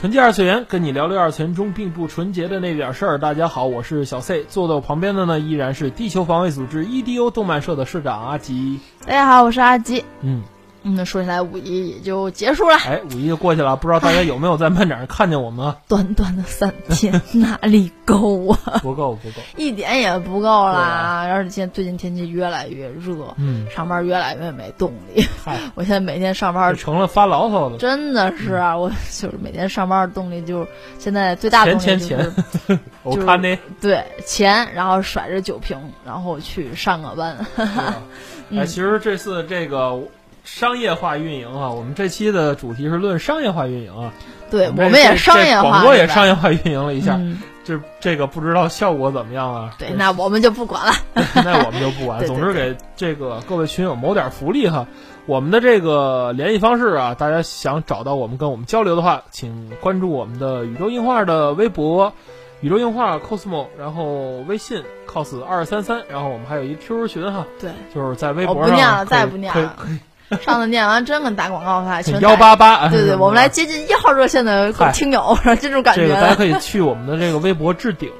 纯洁二次元，跟你聊聊二次元中并不纯洁的那点事儿。大家好，我是小 C，坐在我旁边的呢依然是地球防卫组织 EDO 动漫社的社长阿吉。大家好，我是阿吉。嗯，嗯，那说起来，五一也就结束了，哎，五一就过去了，不知道大家有没有在漫展上看见我们 啊？短短的三 天，哪里够啊？不够，不够。一点也不够啦！对啊而且现在最近天气越来越热，嗯，上班越来越没动力。 嗨，我现在每天上班成了发牢骚的。真的是啊，我 就是每天上班的动力就是现在最大的动力钱就是钱我就是看呢， 对钱，然后甩着酒瓶，然后去上个班。嗯哎，其实这次这个商业化运营啊，我们这期的主题是论商业化运营啊。对，这我们也这商业化，这广播也对吧商业化运营了一下，嗯这这个不知道效果怎么样啊？对，那我们就不管了。那我们就不管。 对对总之给这个各位群友谋点福利哈。我们的这个联系方式啊，大家想找到我们跟我们交流的话，请关注我们的宇宙硬化的微博。宇宙硬化 cosmo，然后微信 cos 二三三，然后我们还有一 QQ 群哈，对，就是在微我博上哦不念可了，以再也不念可以了。上次念完真跟打广告牌，请幺大八啊八，家。对对，我们来接近一号热线的听友，这种感这觉个，。大家可以去我们的这个微博置顶，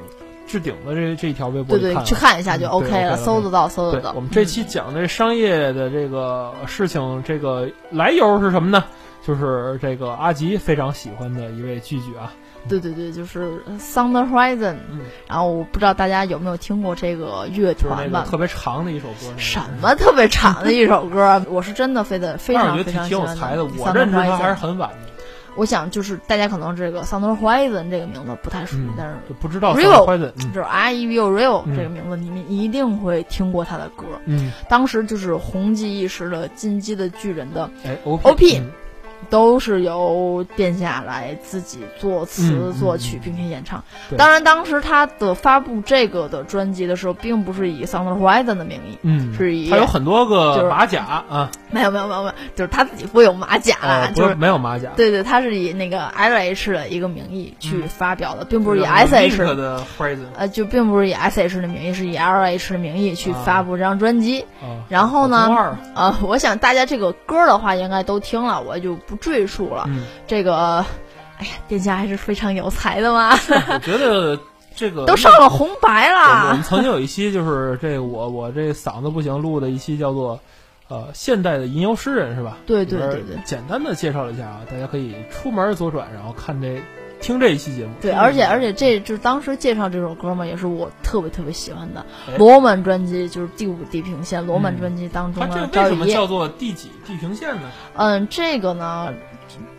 置顶的这这一条微博对里对，看啊去看一下嗯就 OK 对，OK 了，了搜得到，搜得对到。我们这期讲这商业的这个事情，这个来由是什么呢？就是这个阿吉非常喜欢的一位剧剧啊，嗯对对对，就是 Sound Horizon，嗯然后我不知道大家有没有听过这个乐就是团那吧个？特别长的一首歌。什么特别长的一首歌，我是真的非得非但是我觉得常非挺常挺喜有欢才的，我 Sound 认识他还是 Horizon。很晚的，我想就是大家可能这个 Sound Horizon 这个名字不太熟悉嗯，但是就不知道 Real 三花的，嗯就是 I E V O Real 嗯这个名字，你们一定会听过他的歌。嗯，当时就是红极一时的《进击的巨人》的，哎，O OP 嗯都是由殿下来自己作词嗯、嗯作曲嗯并且演唱。对当然，当时他的发布这个的专辑的时候，并不是以 Sound Horizon 的名义，嗯，是以他有很多就个是马甲啊，没有没有没有没有，就是他自己不有马甲呃啦，，不就是是。没有马甲，对对，他是以那个 L H 的一个名义去嗯发表的，并不是以有 S H Link 的 Horizon 呃，就并不是以 S H 的名义，是以 L H 的名义去啊发布这张专辑。啊，然后呢好中二呃，我想大家这个歌的话应该都听了，我就不赘述了。嗯，这个，哎呀，殿下还是非常有才的嘛，我觉得这个都上了红白呃我我们啦。曾经有一期就是这个我我这嗓子不行录的一期叫做呃现代的吟游诗人是吧？对对对里边对简单的介绍了一下啊，大家可以出门左转，然后看这听这一期节目。对，听这而一期且而且这就是当时介绍这首歌嘛，也是我特别特别喜欢的哎《罗曼》专辑，就是第五地平线《罗曼》嗯专辑当中它的这赵为什么雨叫叶。做第几地平线呢？嗯，这个呢，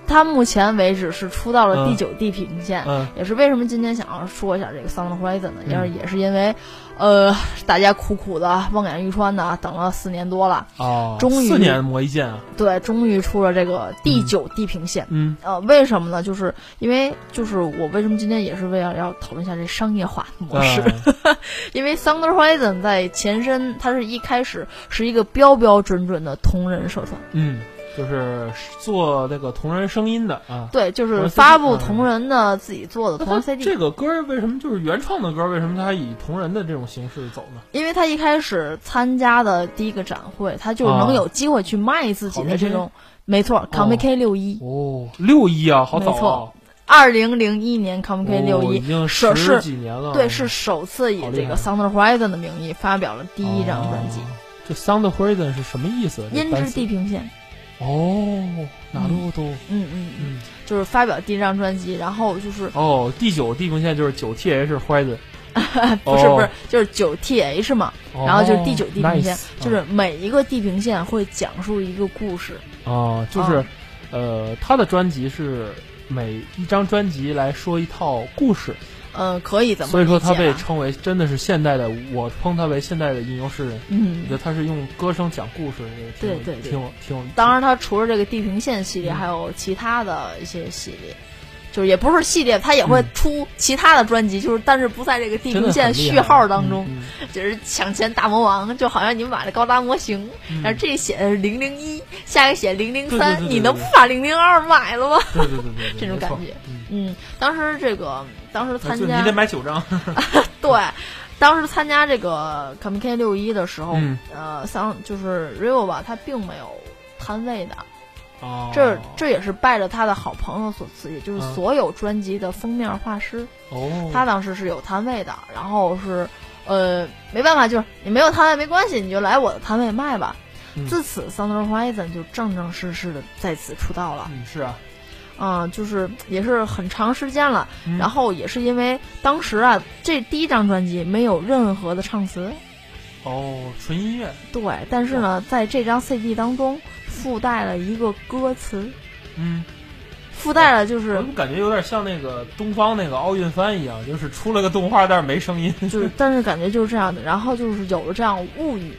他目前为止是出到了嗯第九地平线，嗯，也是为什么今天想要说一下这个《Sound Horizon》呢？嗯也是也是因为，呃，大家苦苦的望眼欲穿的等了四年多了，哦，终于四年磨一剑啊，对，终于出了这个第九地平线。 嗯呃，为什么呢？就是因为就是我为什么今天也是为了要讨论一下这商业化的模式，呃因为《Sound Horizon》在前身，它是一开始是一个标标准准的同人社团，嗯，就是做那个同人声音的啊。对，就同是人 CD 发布同人的自己做的那同人它 CD。这个歌儿为什么就是原创的歌儿？为什么它以同人的这种形式走呢？因为他一开始参加的第一个展会，他就啊能有机会去卖自己的这种，没错，Comic K 六一，哦，六一啊，好早没啊错！二零零一年 Comic K 六哦已一，经十是是几年了，对，是首次以好厉这害个 Sound Horizon 的名义发表了第一张专辑哦。这 Sound Horizon 是什么意思？ 《这音单之词地平线》。哦，哪路都嗯嗯嗯，嗯就是发表第一张专辑，然后就是哦，第九地平线就是九 TH Horizon， 不是哦不是，就是九 TH 嘛，哦然后就是第九地平线 nice，啊，就是每一个地平线会讲述一个故事。哦，就是啊呃，他的专辑是每一张专辑来说一套故事，呃，可以怎么所以说他理解被啊称为真的是现代的，我称他为现代的吟游诗人。我觉嗯得，他是用歌声讲故事，这个挺有对对对挺有挺有。当然，他除了这个地平线系列，嗯还有其他的一些系列，就是也不是系列，他也会出其他的专辑，就是但是不在这个地真的平很线厉害序号当中，嗯就是抢钱大魔王，就好像你买了高达模型，嗯嗯然后这写的是零零一，下一个写零零对对对对三，对你能不把零零二买了吗？对对对对对，这种没错感觉。嗯啊嗯，当时这个当时参就加你得买九张，对，当时参加这个 c o m K 六一的时候，嗯呃，桑就是 Rio 吧，他并没有摊位的， 哦，这这也是拜着他的好朋友所赐，也就是嗯所有专辑的封面画师，哦，他当时是有摊位的，然后是。呃，没办法，就是你没有摊位没关系，你就来我的摊位卖吧。嗯自此，Thunder Horizon 就正正式式的在此出道了。嗯是啊，啊、就是也是很长时间了。嗯然后也是因为当时啊，这第一张专辑没有任何的唱词，哦，纯音乐，对，但是呢，在这张 CD 当中附带了一个歌词，嗯，附带了就我是怎么感觉有点像那个东方那个奥运番一样，就是出了个动画，但是没 声音。就是，但是感觉就是这样的。然后就是有了这样物语，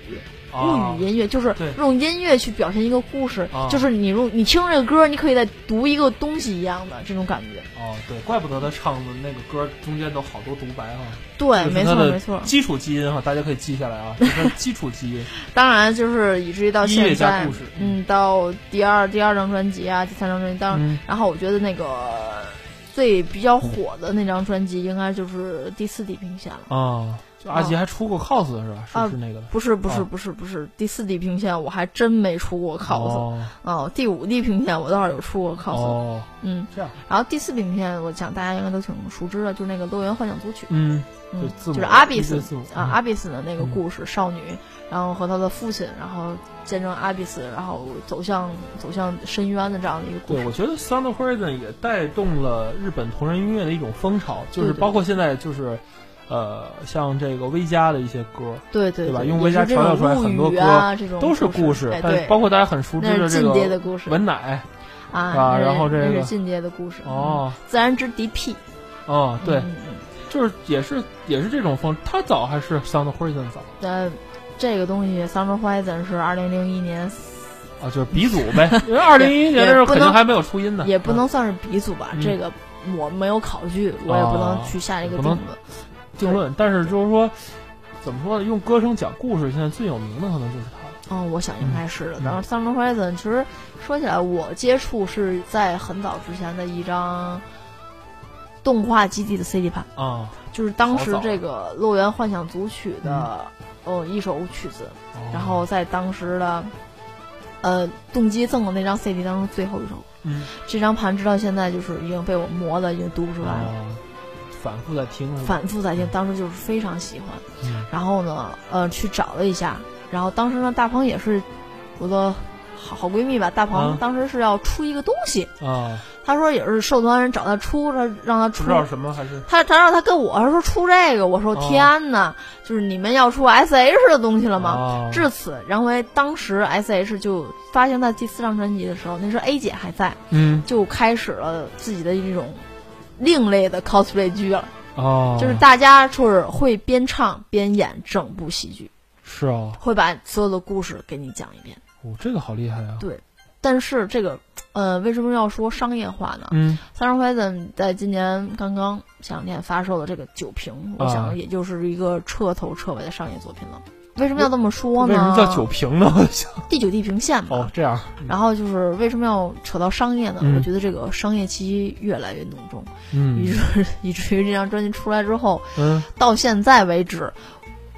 啊物语音乐就是对用音乐去表现一个故事，啊就是你用你听这个歌，你可以在读一个东西一样的这种感觉。哦，对，怪不得他唱的那个歌中间都好多独白哈、对，这没是他错的没错。基础基因哈、大家可以记下来啊，这是基础基 因。当然就是以至于到音乐现加在故，事，嗯，到第二第二张专辑啊，第三张专辑，当然嗯，然后我觉得那个最比较火的那张专辑应该就是第四地平线了。啊，就哦阿吉还出过 cos 是吧？是不啊是那个的不是不是哦不是不是，第四地平线我还真没出过 cos 哦哦，第五地平线我倒是有出过 cos，哦，嗯这样，然后第四地平线我想大家应该都挺熟知的，就是那个乐园幻想组曲，嗯，嗯就，字就母是阿比一个斯字母啊，阿比斯的那个嗯故事，少女，然后和她的父亲，然后见证阿比斯，然后走向走向深渊的这样的一个故对，事，我觉得 Sound Horizon 也带动了日本同人音乐的一种风潮，就是对对包括现在就是，呃，像这个微加的一些歌对对对吧对，用也微是加这调教种出来物很多语歌啊，这种都是故故事，哎但对，包括大家很熟知那是这进阶的个故事文乃啊啊那是然后这那个是进阶的故事，哦嗯自然之敌 P，哦，对，嗯，嗯就是也是也是这种风，它早还是 Sound Horizon 早呃，这个东西《Summer Horizon》是二零零一年，啊，就是鼻祖呗， 因为二零一一年的时候也不肯能定还没有初音呢， 也不嗯能算是鼻祖吧，嗯这个我没有考据，我也不能去下一个定哦论。定论，但是就是说，怎么说呢？用歌声讲故事，现在最有名的可能就是他。嗯，我想应该是的。嗯然后《Summer Horizon》其实说起来，我接触是在很早之前的一张动画基地的 CD 盘，啊、就是当时好早这个《乐园幻想组曲》的哦一首曲子，哦然后在当时的呃动机赠的那张 CD 当中最后一首。嗯，这张盘直到现在就是已经被我磨的已经读不出来了，啊，反复在听是吧，反复在听，当时就是非常喜欢。嗯然后呢，呃，去找了一下，然后当时呢，大鹏也是我的好好闺蜜吧，大鹏啊当时是要出一个东西，啊，她说也是受团人找她出，让让她不出知。道是什么还是她她让她跟我她说出这个，我说哦天哪，就是你们要出 S H 的东西了吗？啊、至此，然后当时 S H 就发行在第四张专辑的时候，那时候 A 姐还在，嗯就开始了自己的一种另类的 cosplay 剧了，哦，嗯就是大家就是会边唱边演整部喜剧，是啊，会把所有的故事给你讲一遍。哦，这个好厉害啊！对但是这个，呃，为什么要说商业化呢？嗯，三 h o r i z o n 在今年刚刚前两天发售的这个酒瓶，我啊想也就是一个彻头彻尾的商业作品了。为什么要这么说为呢？什么叫酒瓶呢？我想第九地平线嘛。哦，这样，然后就是为什么要扯到商业呢？嗯我觉得这个商业气息越来越浓重，嗯以至以至于这 张专辑出来之后，嗯，到现在为止，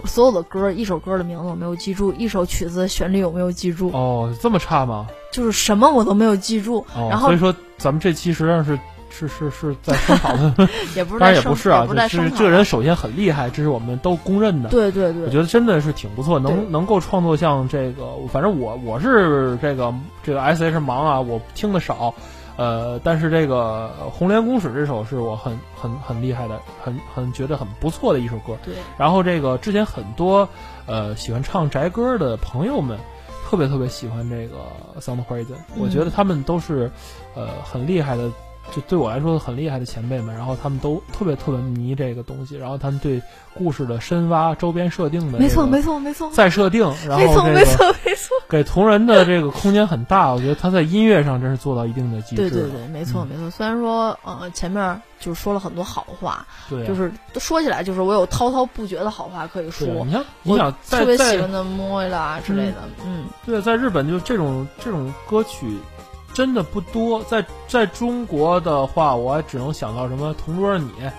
所有的歌一首歌的名字我没有记住，一首曲子的旋律我没有记住，哦，这么差吗？就是什么我都没有记住，哦，然后所以说咱们这期实际上是。是是是在声讨的，也不是当然在也生，不是啊，不是在就是生这个人首先很厉害，这是我们都公认的。对对对我觉得真的是挺不错，对能能够创作像这个，反正我我是这个这个 S H 忙啊，我听的少，呃，但是这个《红莲公使》这首是我很很很厉害的，很很觉得很不错的一首歌。对，然后这个之前很多呃喜欢唱宅歌的朋友们，特别特别喜欢这个 Sound Horizon，、嗯我觉得他们都是呃很厉害的就对我来说很厉害的前辈们，然后他们都特别特别迷这个东西，然后他们对故事的深挖、周边设定的、没错，没错，没错，再设定，然没后错，这没个错，没错。给同人的这个空间很大，我觉得他在音乐上真是做到一定的极致对了。对对，没错嗯没错。虽然说，呃，前面就说了很多好话，对啊，就是说起来就是我有滔滔不绝的好话可以对啊说你，像你我想特在别喜在欢的莫伊拉之类的，嗯，对，在日本就这种这种歌曲真的不多，在在中国的话，我还只能想到什么《同桌的你》啊，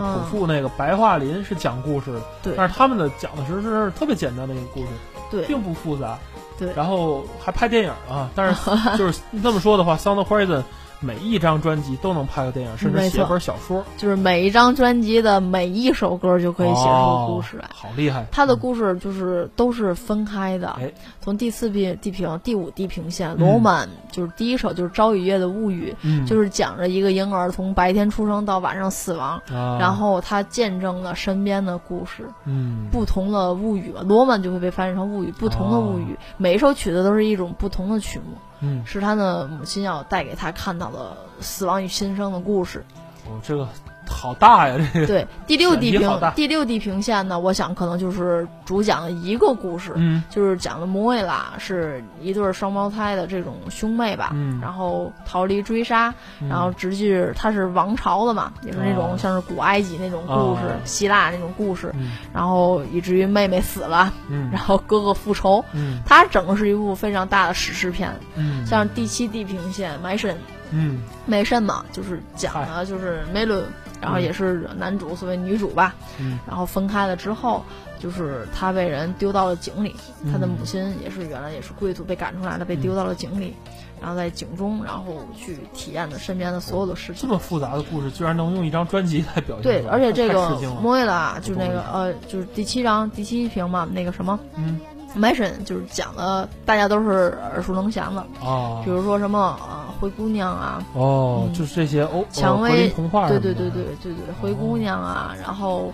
嗯朴树那个《白桦林》是讲故事的，对但是他们的讲的其实是特别简单的一个故事，对并不复杂，对然后还拍电影啊，但 是就是这么说的话，《Sound of Horizon》每一张专辑都能拍个电影，甚至没写错本小说，就是每一张专辑的每一首歌就可以写出故事来。啊哦好厉害！他的嗯故事就是都是分开的哎，从第四地地平、第五地平线，罗曼就是第一首就是《朝与夜的物语》，嗯，就是讲着一个婴儿从白天出生到晚上死亡，啊然后他见证了身边的故事，嗯不同的物语嘛，罗曼就会被翻译成物语，不同的物语，啊每一首曲子都是一种不同的曲目，嗯，是他的母亲要带给他看到的死亡与新生的 故事。我这个好大呀，这个对，第六地选题好大平第六地平线呢，我想可能就是主讲的一个故事，嗯就是讲的莫伊拉是一对儿双胞胎的这种兄妹吧，嗯然后逃离追杀，嗯然后直至他是王朝的嘛，也是那哦种像是古埃及那种故事，哦希腊那种故事，嗯然后以至于妹妹死了，嗯然后哥哥复仇。嗯它整个是一部非常大的史诗片，嗯，像第七地平线、埋神、嗯埋神嘛，就是讲的就是梅伦，然后也是男主所谓女主吧，嗯然后分开了之后，就是他被人丢到了井里，嗯他的母亲也是原来也是贵族被赶出来的，被丢到了井里，然后在井中，然后去体验的身边的所有的事这情。么复杂的故事，居然能用一张专辑来表现出来，对，而且嗯这太个吃惊了莫伊拉就是那我个懂呃，就是第七章第七屏嘛，那个什么嗯埋神就是讲的大家都是耳熟能详的，哦，比如说什么呃灰姑娘啊，哦，嗯就是这些欧蔷呃薇柏林童话什对么的，对对对对对，灰姑娘啊，然后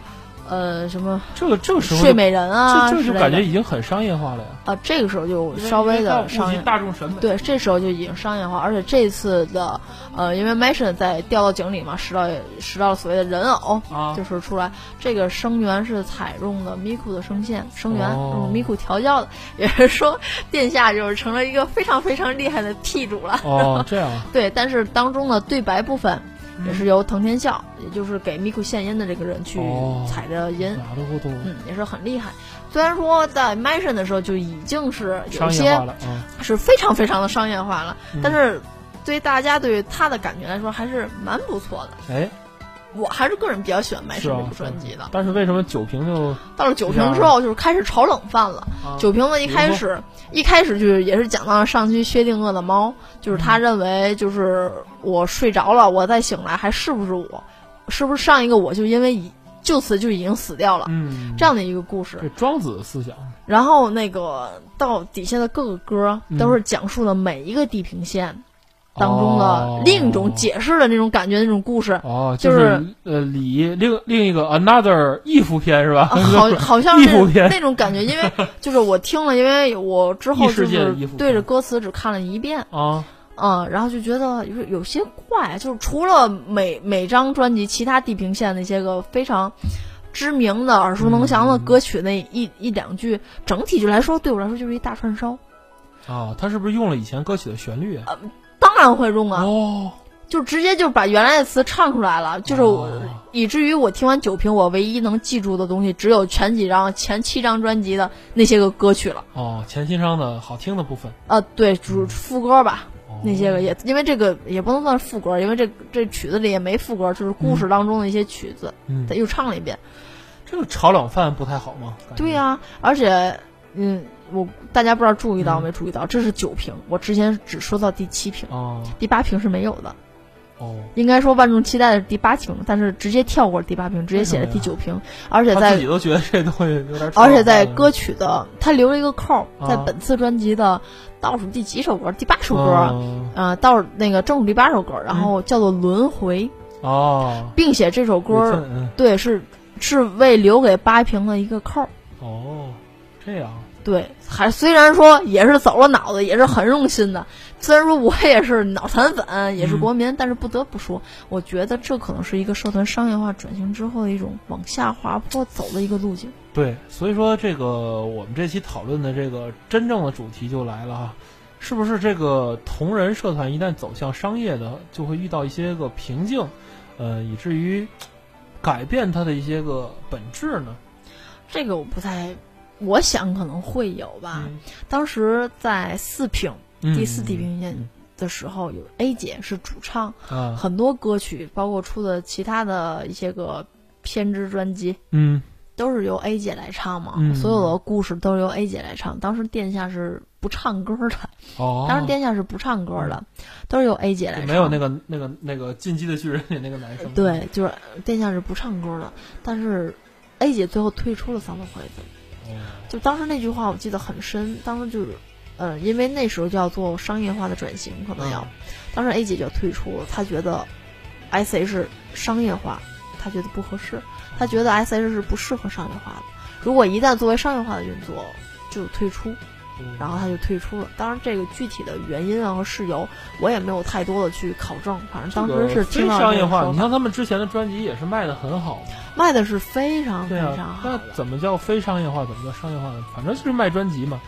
呃什么这个这个时候睡美人啊这这之就类感觉的已经很商业化了呀，啊，这个时候就因为稍微因为它的顾及商业。大众审美，对，这时候就已经商业化，而且这次的，呃，因为 Mason 在掉到井里嘛，拾到拾到了所谓的人偶，啊，就是出来这个声源是采用了 Miku 的声线，声源哦用 Miku 调教的，也是说殿下就是成了一个非常非常厉害的 P 主了。哦这样啊，对，但是当中的对白部分嗯也是由藤田孝，也就是给 Miku 献音的这个人去哦采的音。哪都不多，嗯，也是很厉害。虽然说在 Mason 的时候就已经是有商业些化了啊，是非常非常的商业化了，嗯但是对于大家对于他的感觉来说还是蛮不错的。哎我还是个人比较喜欢 Mason 是这啊部，专辑的。但是为什么酒瓶就到了九评之后，就是开始炒冷饭了。啊九评的一开始，一开始就是也是讲到上期薛定谔的猫，就是嗯他认为就是我睡着了，我再醒来还是不是我，是不是上一个我就因为已就此就已经死掉了嗯这样的一个故事。这庄子思想然后那个到底下的各个歌嗯都是讲述了每一个地平线当中哦的另一种解。解释的那种感觉那种 故事。哦，就是呃，李另另一个 another 义父篇是吧？啊好，好像艺术是片那种感觉，因为就是我听了，因为我之后 异世就界的是艺术片对着歌词只看了一遍， 啊，嗯，然后就觉得有有些怪，就是除了每每张专辑，其他地平线那些个非常知名的、耳熟能详的嗯歌曲那一一两句，整体就来说，对我来说就是一大串烧。啊，他是不是用了以前歌曲的旋律啊？呃当然会用啊，哦，就直接就把原来的词唱出来了，就是我，哦以至于我听完九评，我唯一能记住的东西只有前几张、前七张专辑的那些个歌曲了。哦，钱新商的好听的部分，呃，对，主副歌吧，嗯哦那些个也因为这个也不能算是副歌，因为这这曲子里也没副歌，就是故事当中的一些曲子，嗯他，又唱了一遍。这个炒冷饭不太好吗？感觉对呀、而且，嗯，我大家不知道注意嗯到没注意到，这是九评，我之前只说到第七评，哦第八评是没有的。哦，应该说万众期待的是第八评，但是直接跳过第八评，直接写了第九评，而且他自在己都觉得这东西有点炒冷饭，而且在歌曲的他留了一个扣啊，在本次专辑的倒数第几首歌，第八首歌。嗯呃，倒数那个正数第八首歌，然后叫做《轮回》，哦，并且这首有歌份嗯对是是为留给八平的一个扣儿。哦，这样对，还虽然说也是走了脑子，也是很用心的。虽然说我也是脑残粉，也是嗯国民，但是不得不说，我觉得这可能是一个社团商业化转型之后的一种往下滑坡走的一个路径。对，所以说这个我们这期讨论的这个真正的主题就来了哈，是不是这个同人社团一旦走向商业的，就会遇到一些个瓶颈，呃，以至于改变它的一些个本质呢？这个我不太，我想可能会有吧。当时在四品嗯，啊第四地平嗯线的时候，有 A 姐是主唱，啊，很多歌曲包括出的其他的一些个偏执专辑，嗯都是由 A 姐来唱嘛，嗯所有的故事都是由 A 姐来唱。当时殿下是不唱歌的，哦，当时殿下是不唱歌的，都是由 A 姐来唱。没有那个那个那个进击的巨人里那个男生，对，就是殿下是不唱歌的，但是 A 姐最后退出了嗓子回子。哦，就当时那句话我记得很深，当时就是，呃，因为那时候就要做商业化的转型，可能要，嗯当时 A 姐就退出了，她觉得 S H 商业化，她觉得不合适，她觉得 S H 是不适合商业化的，如果一旦作为商业化的运作，就退出，嗯然后她就退出了。当然，这个具体的原因啊和事由，我也没有太多的去考证，反正当时这是个听非到商这业个化，说你法像他们之前的专辑也是卖的很好，卖的是非常非对常啊，好那的。怎么叫非商业化？怎么叫商业化呢？反正就是卖专辑嘛。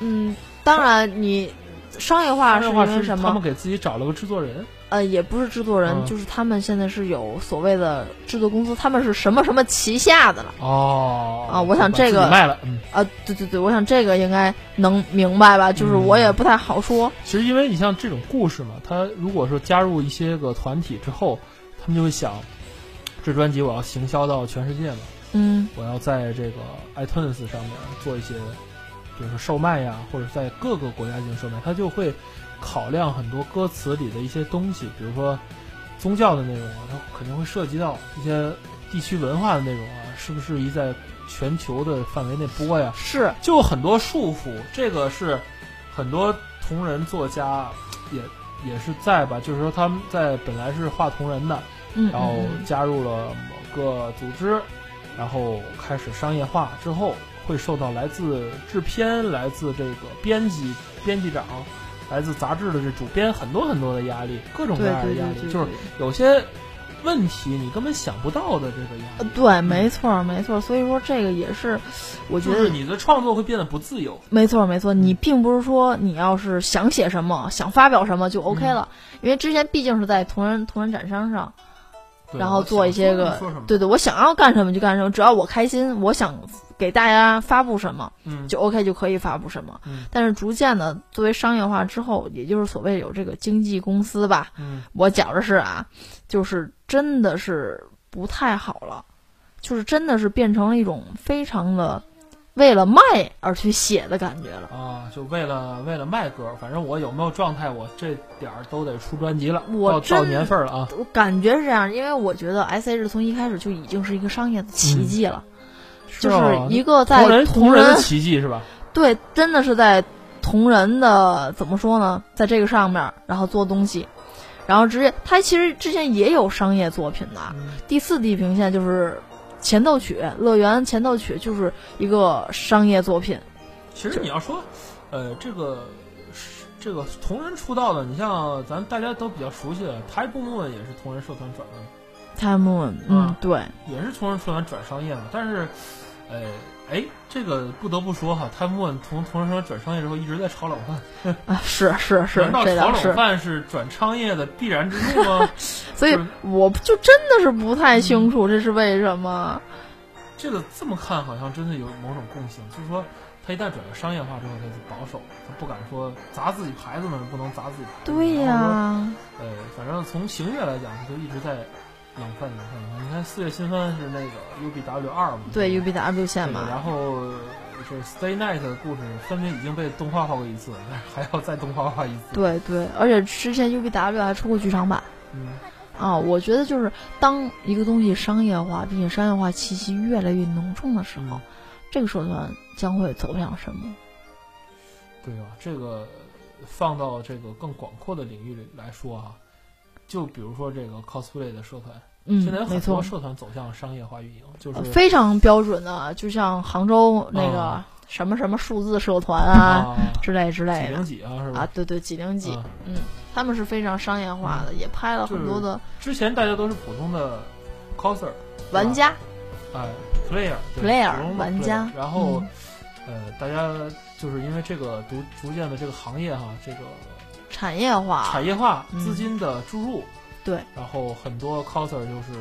嗯，当然你商业商化是业因化为是什他么们？给自己找了个制作人，呃，也不是制作人，嗯就是他们现在是有所谓的制作公司，他们是什么什么旗下的了哦啊我想就把自己这个卖了，嗯，啊？对对对，我想这个应该能明白吧？就是嗯我也不太好说，其实因为你像这种故事嘛，他如果说加入一些个团体之后，他们就会想，这专辑我要行销到全世界嘛，嗯我要在这个 iTunes 上面做一些，比如说售卖呀，或者在各个国家进行售卖，他就会考量很多歌词里的一些东西，比如说宗教的内容啊，它肯定会涉及到一些地区文化的内容啊，是不是宜在全球的范围内播呀？是就有很多束缚，这个是很多同人作家也也是在吧，就是说他们在本来是画同人的，嗯，然后嗯加入了某个组织，然后开始商业化之后，会受到来自制片、来自这个编辑、编辑长、来自杂志的这主编很多很多的压力，各种嗯各对样的对压对力，对，就是对有些问题你根本想不到的这个压呃力，对，没错儿没错儿，所以说这个也是，我觉就得是你的创作会变得不自由。没错，没错，你并不是说你要是想写什么、想发表什么就 OK 嗯了，因为之前毕竟是在同人同人展商上，对然后我做一想说什些个么说什么对对，我想要干什么就干什么，只要我开心，我想给大家发布什么嗯就 OK 就可以发布什么。嗯但是逐渐的，作为商业化之后，也就是所谓有这个经纪公司吧，嗯我觉着是啊，就是真的是不太好了，就是真的是变成了一种非常的为了卖而去写的感觉了。啊，就为了为了卖歌，反正我有没有状态，我这点儿都得出专辑了，我到到真年份儿了啊。我感觉是这样，因为我觉得 S H 从一开始就已经是一个商业的奇迹了，就是一个嗯在哦同人同人人的奇迹是吧？对，真的是在同人的怎么说呢，在这个上面然后做东西，然后直接他其实之前也有商业作品的，第四地平线就是前奏曲《乐园》前奏曲就是一个商业作品，其实你要说，呃，这个是这个同人出道的，你像咱大家都比较熟悉的 Type Moon 也是同人社团转的，他们嗯嗯对，也是同人社团转商业嘛。但是，呃，哎，这个不得不说哈，Type Moon 从同人社团转商业之后一直在炒冷饭，啊是是是难道这炒倒冷是，饭是转商业的必然之路 吗？所以就是我就真的是不太清楚这是为什么。嗯这个这么看好像真的有某种共性，就是说他一旦转到商业化之后，他就保守，他不敢说砸自己牌子嘛，不能砸自己牌子。对呀、然后说呃，反正从行乐来讲，他就一直在冷饭冷饭冷饭。你看四月新番是那个 UBW 二嘛，对这 U 个 B W 线对然嘛，后这 Stay Night 的故事分明已经被动画化过一次，但是还要再动画化一次。，对对，而且之前 U B W 还出过剧场版嗯，啊。我觉得就是当一个东西商业化，并且商业化气息越来越浓重的时候，这个社团将会走向什么？对吧？这个放到这个更广阔的领域里来说啊，就比如说这个 cosplay 的社团。嗯现在有，没很错嗯多，社团走向商业化运营，就是呃非常标准的，就像杭州那个啊什么什么数字社团啊之类之几类零的几啊，是啊吧？，对对，几零几啊，嗯，他们是非常商业化嗯的，也拍了很多的之前大家都是普通的 coser，玩家哎，player 对 Player，普通的玩 player 家嗯然后呃，大家就是因为这个逐逐渐的这个行业哈，这个产业化产，业化、嗯资金的注入，对，然后很多 coser 就是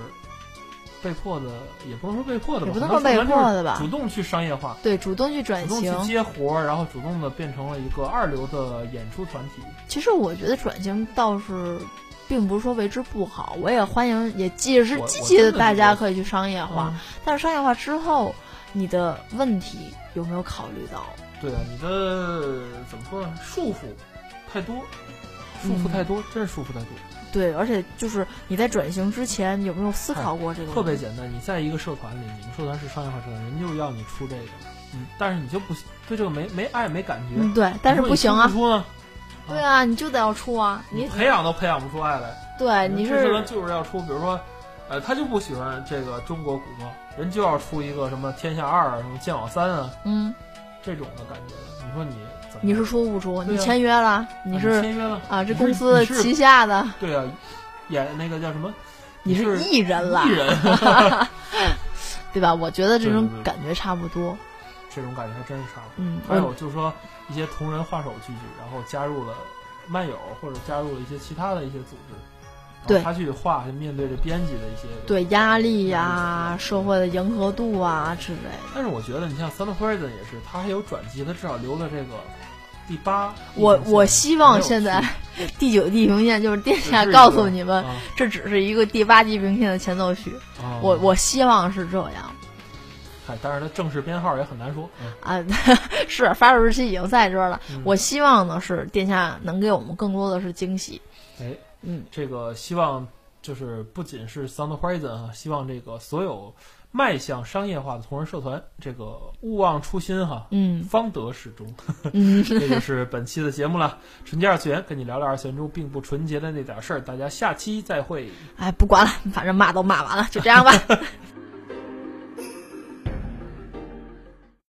被迫的，也不能说被迫的吧，很也不能多说被社团迫就是的吧嗯主动去商业化。对，主动去主转动去型。接活儿，然后主动的变成了一个二流的演出团体。其实我觉得转型倒是。并不是说为之不好，我也欢迎，也也是我积我极的，真的大觉家得可以去商业化。嗯但是商业化之后，你的问题有没有考虑到？对啊，你的怎么说呢？束缚太多，束嗯缚太多，真是束缚太多。对，而且就是你在转型之前，你有没有思考过这个哎特问别题？简单，你在一个社团里，你们社团是商业化社团，人就要你出这个，嗯，但是你就不对这个没没爱没感觉，嗯，对，但是你说不你行出啊不，出呢，对啊，你就得要出啊，你你培养都培养不出爱来。对你这社团是就是要出，比如说。呃，他就不喜欢这个中国古装，人就要出一个什么《天下二》啊、什么《剑网三》啊嗯，这种的感觉的。你说你怎么？你是出不出？对你啊签约了，啊你你是签约了啊，这你公是司你是旗下的，对啊，演那个叫什么？你是是艺人了艺，人， 对吧？我觉得这对种对对哎感觉差不多，这种感觉还真是差不多。嗯，还有就是说一些同人画手聚聚，然后加入了漫友或者加入了一些其他的一些组织，然后对他去画，去面对着编辑的一些对压力呀、压力什社么的会的迎合度啊之类的。但是我觉得你像 Sun Horizon 也是，他还有转机，他至少留了这个第八。我第九啊我线希望没有现在去 第九地平线就是殿只下是一告个诉你们，啊这只是一个第八地平线的前奏曲。啊我我希望是这样哎，但是他正式编号也很难说。嗯啊，是发售日期已经在这儿了。嗯我希望呢是殿下能给我们更多的是惊喜。哎，嗯，这个希望就是不仅是 Sound Horizon 啊，希望这个所有迈向商业化的同人社团，这个勿忘初心哈，嗯方得始终。 嗯，这就是本期的节目了，纯洁二次元跟你聊聊二次元中并不纯洁的那点事儿，大家下期再会。哎，不管了，反正骂都骂完了，就这样吧。